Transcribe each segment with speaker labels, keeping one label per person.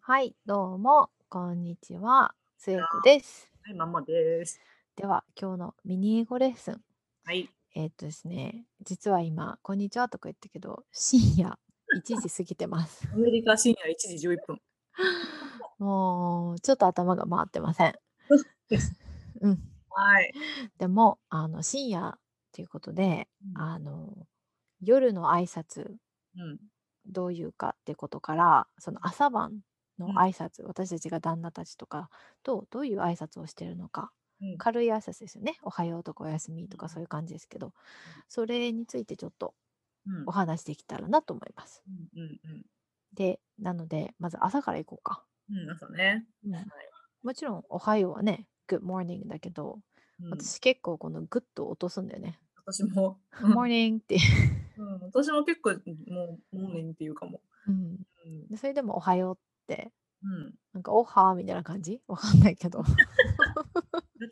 Speaker 1: はい、どうも、こんにちは、つえこです。
Speaker 2: はい、ママです。
Speaker 1: では、今日のミニ英語レッスン。
Speaker 2: はい。
Speaker 1: えーっとですね、実は今、こんにちはとか言ったけど、深 夜1時過ぎてます。
Speaker 2: アメリカ深夜1時11分。
Speaker 1: もう、ちょっと頭が回ってません。
Speaker 2: です。
Speaker 1: うん。
Speaker 2: はい。
Speaker 1: でも、あの、深夜ということで、
Speaker 2: うん。
Speaker 1: あの、夜の挨拶
Speaker 2: うん。
Speaker 1: どういうかってことからその朝晩
Speaker 2: う
Speaker 1: の
Speaker 2: ん。
Speaker 1: 挨拶私たちが旦那たちとかとどういう挨拶をしてるのか
Speaker 2: うん。
Speaker 1: 軽い挨拶ですよね「おはよう」とか「おやすみ」
Speaker 2: う。
Speaker 1: とかそうんいう感じですけど
Speaker 2: うん。
Speaker 1: それについてちょっと
Speaker 2: うん。
Speaker 1: お話できたらなと思います。
Speaker 2: うんうんうん。
Speaker 1: でなのでまず朝から行こうか。
Speaker 2: うん、朝ね。
Speaker 1: うん、
Speaker 2: はい。
Speaker 1: もちろん「おはよう」はね「Good morning」だけど
Speaker 2: うん。
Speaker 1: 私結構このグッと落とすんだよね。
Speaker 2: 私も、うん。
Speaker 1: Morning って
Speaker 2: うん、私も結構、もう、モーニングっていうかも。
Speaker 1: うん、
Speaker 2: うん。
Speaker 1: でそれでも「おはよう」って
Speaker 2: うん。
Speaker 1: なんか「おは」みたいな感じわかんないけど。
Speaker 2: 懐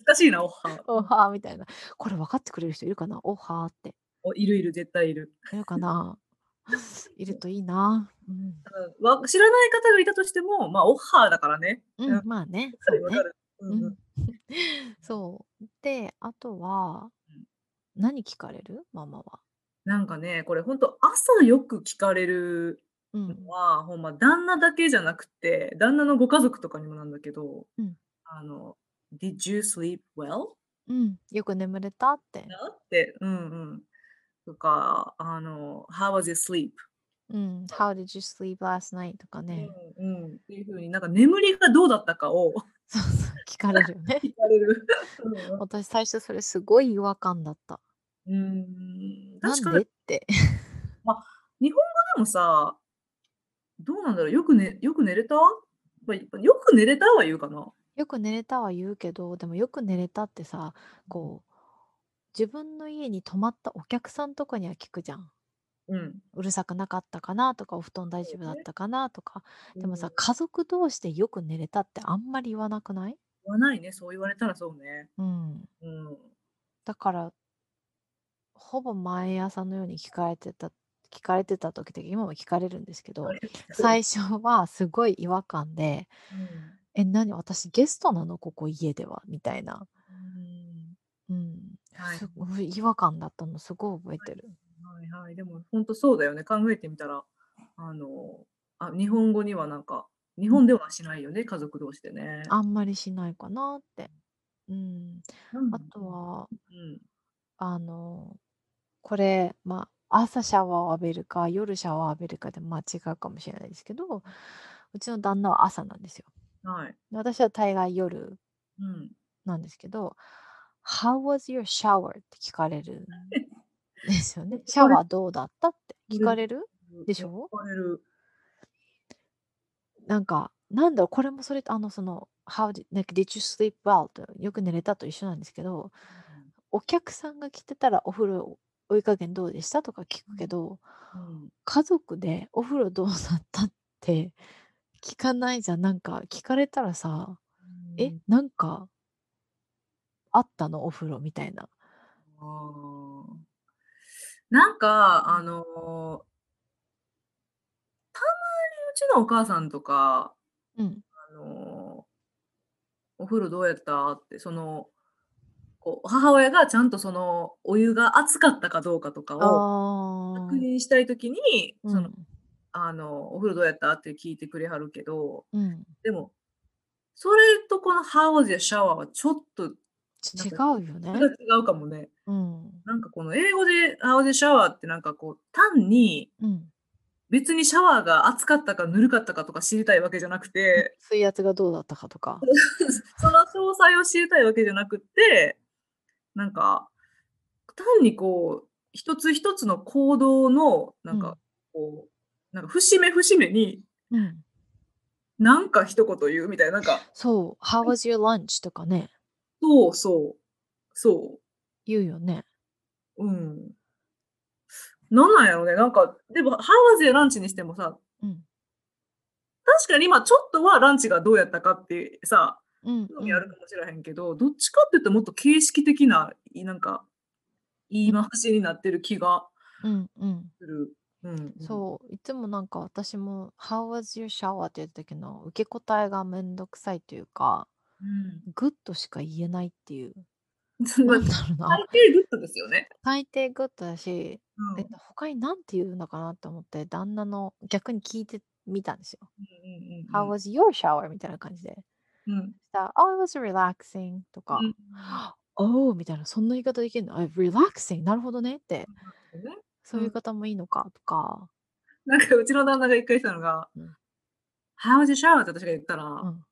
Speaker 2: かしいな、おは。
Speaker 1: お
Speaker 2: うん。
Speaker 1: はみたいな。これ分かってくれる人いるかなおはって。
Speaker 2: お、いるいる、絶対いる。
Speaker 1: いるか ないるといいな。うん。
Speaker 2: うん、わ知らない方がいたとしても、まあ、オッハーだからね。
Speaker 1: う
Speaker 2: うん。わ
Speaker 1: ん、まあね、
Speaker 2: か
Speaker 1: そう
Speaker 2: るわか
Speaker 1: ね。
Speaker 2: る。う
Speaker 1: うん
Speaker 2: うん。
Speaker 1: ん。 そう。で、あとは、
Speaker 2: うん。
Speaker 1: 何聞かれるママは。
Speaker 2: なんかね、これほんと朝よく聞かれる
Speaker 1: う
Speaker 2: の
Speaker 1: ん。
Speaker 2: は、ほんま旦那だけじゃなくて、旦那のご家族とかにもなんだけど、
Speaker 1: うん。
Speaker 2: あの、Did you sleep well?
Speaker 1: うん。よく眠れたって。
Speaker 2: なって、うんうん。とか、あの、How was your sleep?
Speaker 1: うん。How did you sleep last night? とかね。
Speaker 2: うんうん。っていうふうになんか眠りがどうだったかを
Speaker 1: そうそう。聞かれるよね。
Speaker 2: 聞かれる。 うんうん。
Speaker 1: 私最初それすごい違和感だった。
Speaker 2: うーん、
Speaker 1: な
Speaker 2: 確
Speaker 1: ん
Speaker 2: か
Speaker 1: で
Speaker 2: に、
Speaker 1: って。
Speaker 2: まあ、日本語でもさ、どうなんだろう、よくね、よく寝れたまあ、よく寝れたは言うかな。
Speaker 1: よく寝れたは言うけど、でもよく寝れたってさ、
Speaker 2: うん。
Speaker 1: こう、自分の家に泊まったお客さんとかには聞くじゃん。
Speaker 2: うん。
Speaker 1: うるさくなかったかなとか、お布団大
Speaker 2: そ
Speaker 1: 丈夫
Speaker 2: う
Speaker 1: だっ
Speaker 2: ね。
Speaker 1: たかなとか、
Speaker 2: う
Speaker 1: でもさ、
Speaker 2: ん。
Speaker 1: 家族同士でよく寝れたってあんまり言わなくない
Speaker 2: 言わないね、そう言われたらそうね。
Speaker 1: うん。
Speaker 2: うん。
Speaker 1: だから、ほぼ毎朝のように聞かれてた、聞かれてた時で、今も聞かれるんですけ
Speaker 2: あ
Speaker 1: ど、
Speaker 2: れ聞かれ
Speaker 1: 最
Speaker 2: る。
Speaker 1: 初はすごい違和感で、
Speaker 2: うん。
Speaker 1: え、何私ゲストなのここ家ではみたいな。
Speaker 2: う
Speaker 1: う
Speaker 2: ーん。
Speaker 1: ん。
Speaker 2: はい。
Speaker 1: すごい違和感だったの、すごい覚えてる。
Speaker 2: はいはいはい。でもほんとそうだよね。考えてみたら、あの、あ、日本語にはなんか、日
Speaker 1: うん。
Speaker 2: 本ではしないよね、家族同士でね。
Speaker 1: あんまりしないかなって。うん。
Speaker 2: なん
Speaker 1: あ
Speaker 2: だろ
Speaker 1: とは、
Speaker 2: う。うん。
Speaker 1: あの、これ、まあ、朝シャワーを浴びるか、夜シャワーを浴びるかで、まあ、違うかもしれないですけど、うちの旦那は朝なんですよ。
Speaker 2: はい。
Speaker 1: で私は大概夜
Speaker 2: うん。
Speaker 1: なんですけど、How was your shower? って聞かれるんですよね。シャ
Speaker 2: これ、
Speaker 1: ワーどうだったって
Speaker 2: こ
Speaker 1: 聞
Speaker 2: れ、
Speaker 1: かれるでし
Speaker 2: 聞
Speaker 1: ょ
Speaker 2: かれる。
Speaker 1: なんか、なんだろう、これもそれと、あの、その、How did, like, did you sleep well? とよく寝れたと一緒なんですけど、
Speaker 2: うん
Speaker 1: お客さんが来てたらお風呂お湯加減どうでしたとか聞くけど
Speaker 2: うん。
Speaker 1: 家族でお風呂どうだったって聞かないじゃんなんか聞かれたらさ
Speaker 2: う
Speaker 1: え
Speaker 2: ん。
Speaker 1: なんかあったのお風呂みたいな、
Speaker 2: あーなんか、
Speaker 1: う
Speaker 2: あ
Speaker 1: ん、
Speaker 2: の、たまにうちのお母さんとか、
Speaker 1: うん
Speaker 2: あの、お風呂どうやったって、その、こう母親がちゃんとそのお湯が熱かったかどうかとかを確
Speaker 1: あー
Speaker 2: 認したいときに、
Speaker 1: う
Speaker 2: その、
Speaker 1: ん
Speaker 2: あの、お風呂どうやったって聞いてくれはるけど、
Speaker 1: うん
Speaker 2: でも、それとこの How was your shower はちょっと、なん
Speaker 1: 違
Speaker 2: か、
Speaker 1: うよ
Speaker 2: それ
Speaker 1: ね
Speaker 2: が違うかもね。
Speaker 1: うん
Speaker 2: なんかこの英語で How was your shower ってなんかこう、単に
Speaker 1: うん
Speaker 2: 別にシャワーが熱かったかぬるかったかとか知りたいわけじゃなく
Speaker 1: うん
Speaker 2: て、
Speaker 1: 水圧がどうだったかとか
Speaker 2: その詳細を知りたいわけじゃなくて、なんか、単にこう、一つ一つの行動の、な
Speaker 1: うん
Speaker 2: か、
Speaker 1: ん
Speaker 2: こう、なんか節目節目に、
Speaker 1: うん
Speaker 2: なんか一言言うみたいな、なんか、
Speaker 1: そう「How was your lunch?」とかね
Speaker 2: そうそう、そ
Speaker 1: 言うよね
Speaker 2: う、うん。なんなんやろね、なんか、でも、ハワジやランチにしてもさ、
Speaker 1: うん
Speaker 2: 確かに今ちょっとはランチがどうやったかってさ、
Speaker 1: うん
Speaker 2: 興
Speaker 1: う
Speaker 2: 味ある
Speaker 1: ん
Speaker 2: かもしれへんけど、どっちかって言ってもっと形式的な、いなんか、言い回しになってる気が
Speaker 1: うんうん
Speaker 2: する。うんうん
Speaker 1: そう、いつもなんか私も、How was your shower? って言った時の受け答えがめんどくさいというか、
Speaker 2: うん
Speaker 1: グッとしか言えないっていう。
Speaker 2: その
Speaker 1: な
Speaker 2: 大
Speaker 1: んだろうな。
Speaker 2: 抵グッドですよね。
Speaker 1: 大抵グッドだし、
Speaker 2: うん
Speaker 1: えっと、他に何て言うのかなと思って、旦那の逆に聞いてみたんですよ。
Speaker 2: うんうん
Speaker 1: How was your shower? みたいな感じで。
Speaker 2: うんうん
Speaker 1: したら Oh, it was relaxing とか、Oh みたいな、そんな言い方できるのあ ?relaxing? なるほどねって、
Speaker 2: うんね
Speaker 1: そういう言い方もいいのかとか。
Speaker 2: なんかうちの旦那が一回したのが
Speaker 1: うん
Speaker 2: 「How was your shower?」って私が言ったら
Speaker 1: う
Speaker 2: 「
Speaker 1: ん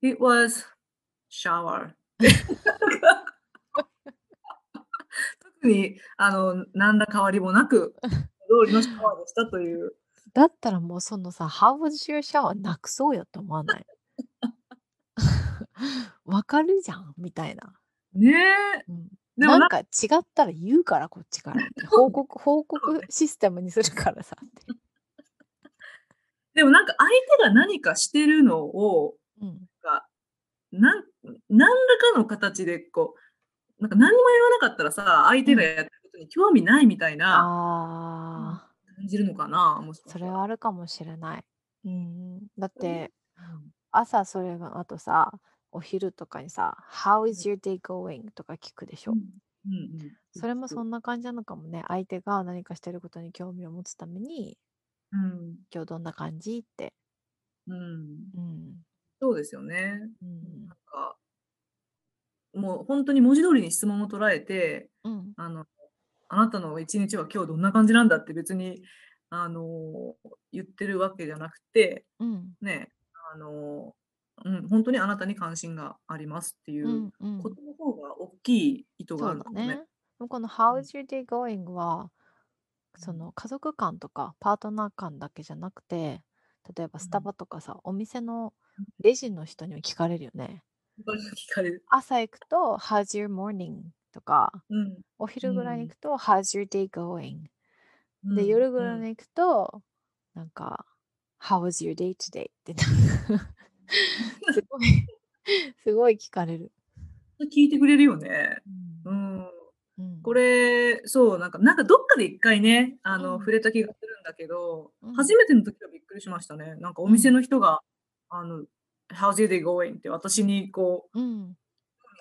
Speaker 2: It was shower」特にあの何ら変わりもなく通りのシャワーでしたという
Speaker 1: だったらもうそのさ、How was your shower? なくそうよって思わない わかるじゃんみたいな。
Speaker 2: ねえ
Speaker 1: うん
Speaker 2: でも
Speaker 1: な
Speaker 2: なん
Speaker 1: か違ったら言うからこっち からって報告報告システムにするからさって、
Speaker 2: でもなんか相手が何かしてるのを
Speaker 1: うん、
Speaker 2: がなん何らかの形でこうなんか何も言わなかったらさ相手がやってることに興味ないみたいな
Speaker 1: ああ
Speaker 2: 感じるのかなもしかし
Speaker 1: そ
Speaker 2: た
Speaker 1: れ
Speaker 2: ら
Speaker 1: はあるかもしれない、うん、だって
Speaker 2: うん
Speaker 1: 朝それのあとさお昼とかにさ「How is your day going?」とか聞くでしょ、
Speaker 2: うんうん
Speaker 1: それもそんな感じなのかもね相手が何かしてることに興味を持つために
Speaker 2: うん
Speaker 1: 「今日どんな感じ?」って、
Speaker 2: うん
Speaker 1: うん
Speaker 2: そうですよね。
Speaker 1: う
Speaker 2: なん
Speaker 1: ん
Speaker 2: かもう本当に文字通りに質問を捉えて
Speaker 1: うん、
Speaker 2: あのあなたの一日は今日どんな感じなんだって別にあの言ってるわけじゃなくて
Speaker 1: うん
Speaker 2: ねあの、うん、本当にあなたに関心がありますっていううん
Speaker 1: うん
Speaker 2: ことの方が大きい意図が
Speaker 1: そ
Speaker 2: あ
Speaker 1: う
Speaker 2: る
Speaker 1: だ
Speaker 2: かも
Speaker 1: ね
Speaker 2: ね。。
Speaker 1: でもこの
Speaker 2: う
Speaker 1: How
Speaker 2: ん
Speaker 1: is your day going? は、その家族間とかパートナー間だけじゃなくて、例えばスタバとかさ、お店のレジの人にも聞かれるよね。
Speaker 2: うん 聞かれる。
Speaker 1: 朝行くと How's your morning? とか、
Speaker 2: うん
Speaker 1: お昼ぐらいに
Speaker 2: うん
Speaker 1: 行くと How's your day going?
Speaker 2: うん
Speaker 1: で、夜ぐら
Speaker 2: う
Speaker 1: い
Speaker 2: ん
Speaker 1: に行くと、なんか How is your day today? ってな すごいすごい聞かれる。
Speaker 2: 聞いてくれるよね。
Speaker 1: うん
Speaker 2: うん
Speaker 1: うん
Speaker 2: これ、そう、なんか、なんかどっかで一回ね、あの、
Speaker 1: うん
Speaker 2: 触れた気がするんだけど、
Speaker 1: うん
Speaker 2: 初めての時はびっくりしましたね。なんかお店の人が、あの、How's your day going? って私にこう、
Speaker 1: うん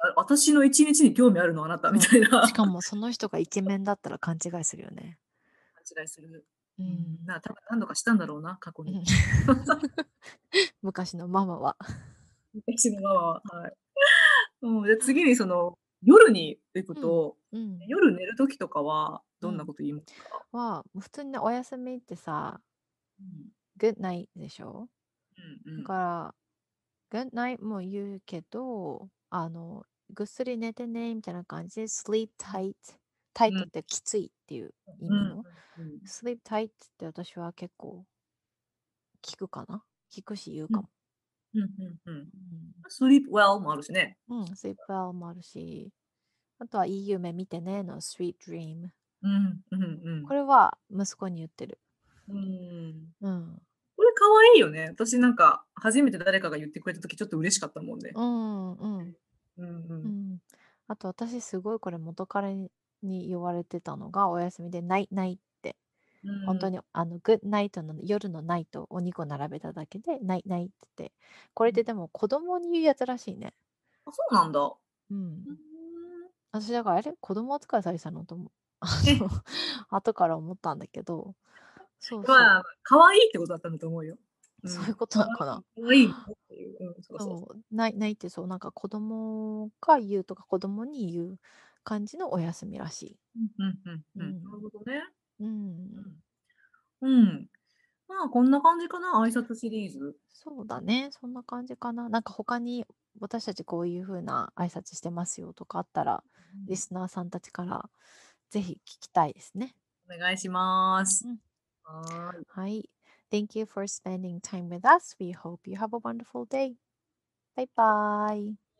Speaker 2: あ私の一日に興味あるのあなたみたいな
Speaker 1: しかもその人がイケメンだったら勘違いするよね。
Speaker 2: 感じがする。
Speaker 1: う
Speaker 2: うんん、な多分何度かしたんだろうな、過去
Speaker 1: う
Speaker 2: に
Speaker 1: ん。昔のママ は。
Speaker 2: 私のママは。はい。うん、じゃあ次にその、夜に行くと、
Speaker 1: うん、
Speaker 2: 夜寝る時とかは、どんなこと言いますか、
Speaker 1: は普通にねお休みってさ
Speaker 2: うん
Speaker 1: 「Good night」でしょ
Speaker 2: うん
Speaker 1: だ
Speaker 2: うん
Speaker 1: から「Good night」も言うけどあのぐっすり寝てねみたいな感じで「sleep tight」タイトってきついっていう意味
Speaker 2: うん
Speaker 1: の
Speaker 2: うん
Speaker 1: 「sleep tight」って私は結構聞くかな聞くし言うかも。
Speaker 2: うんうん
Speaker 1: う
Speaker 2: うん
Speaker 1: ん
Speaker 2: スリープ well もあるしね。
Speaker 1: うん、sleep well もあるし、あとは「いい夢見てね」の「sweet dream」
Speaker 2: うんうんうん。
Speaker 1: これは息子に言ってる。
Speaker 2: うん
Speaker 1: うん。
Speaker 2: これ可愛いよね。私なんか初めて誰かが言ってくれた時ちょっと嬉しかったもんね
Speaker 1: う。んうん
Speaker 2: うんう。
Speaker 1: うんん。あと私すごいこれ元彼に言われてたのがお休みでないないって
Speaker 2: うん
Speaker 1: 本当。にあのグッナイトの夜のナイトを2個並べただけでないないって言ってこれってでも子供に言うやつらしいね。
Speaker 2: あそうなんだ。う
Speaker 1: うん。
Speaker 2: ん
Speaker 1: 私だからあれ子供扱いされてたのと 思う。あ
Speaker 2: え
Speaker 1: の後から思ったんだけどそうそう
Speaker 2: まあ可愛いってことだったんだと思うよ。ん
Speaker 1: そういうことなのかな。
Speaker 2: 可愛い可愛いっていう。うんそうそうそ
Speaker 1: そうないないってそうなんか子供が言うとか子供に言う感じのお休みらしい。
Speaker 2: う。うんうんうんう
Speaker 1: うん
Speaker 2: ん。なるほどね。
Speaker 1: うん
Speaker 2: うん。まあこんな感じかな挨拶シリーズ。
Speaker 1: そうだね。そんな感じかな。なんか他に私たちこういう風な挨拶してますよとかあったら、リスナーさんたちからぜひ聞きたいですね。
Speaker 2: お願いします
Speaker 1: うん。
Speaker 2: はーい。
Speaker 1: はい。Thank you for spending time with us. We hope you have a wonderful day. Bye bye.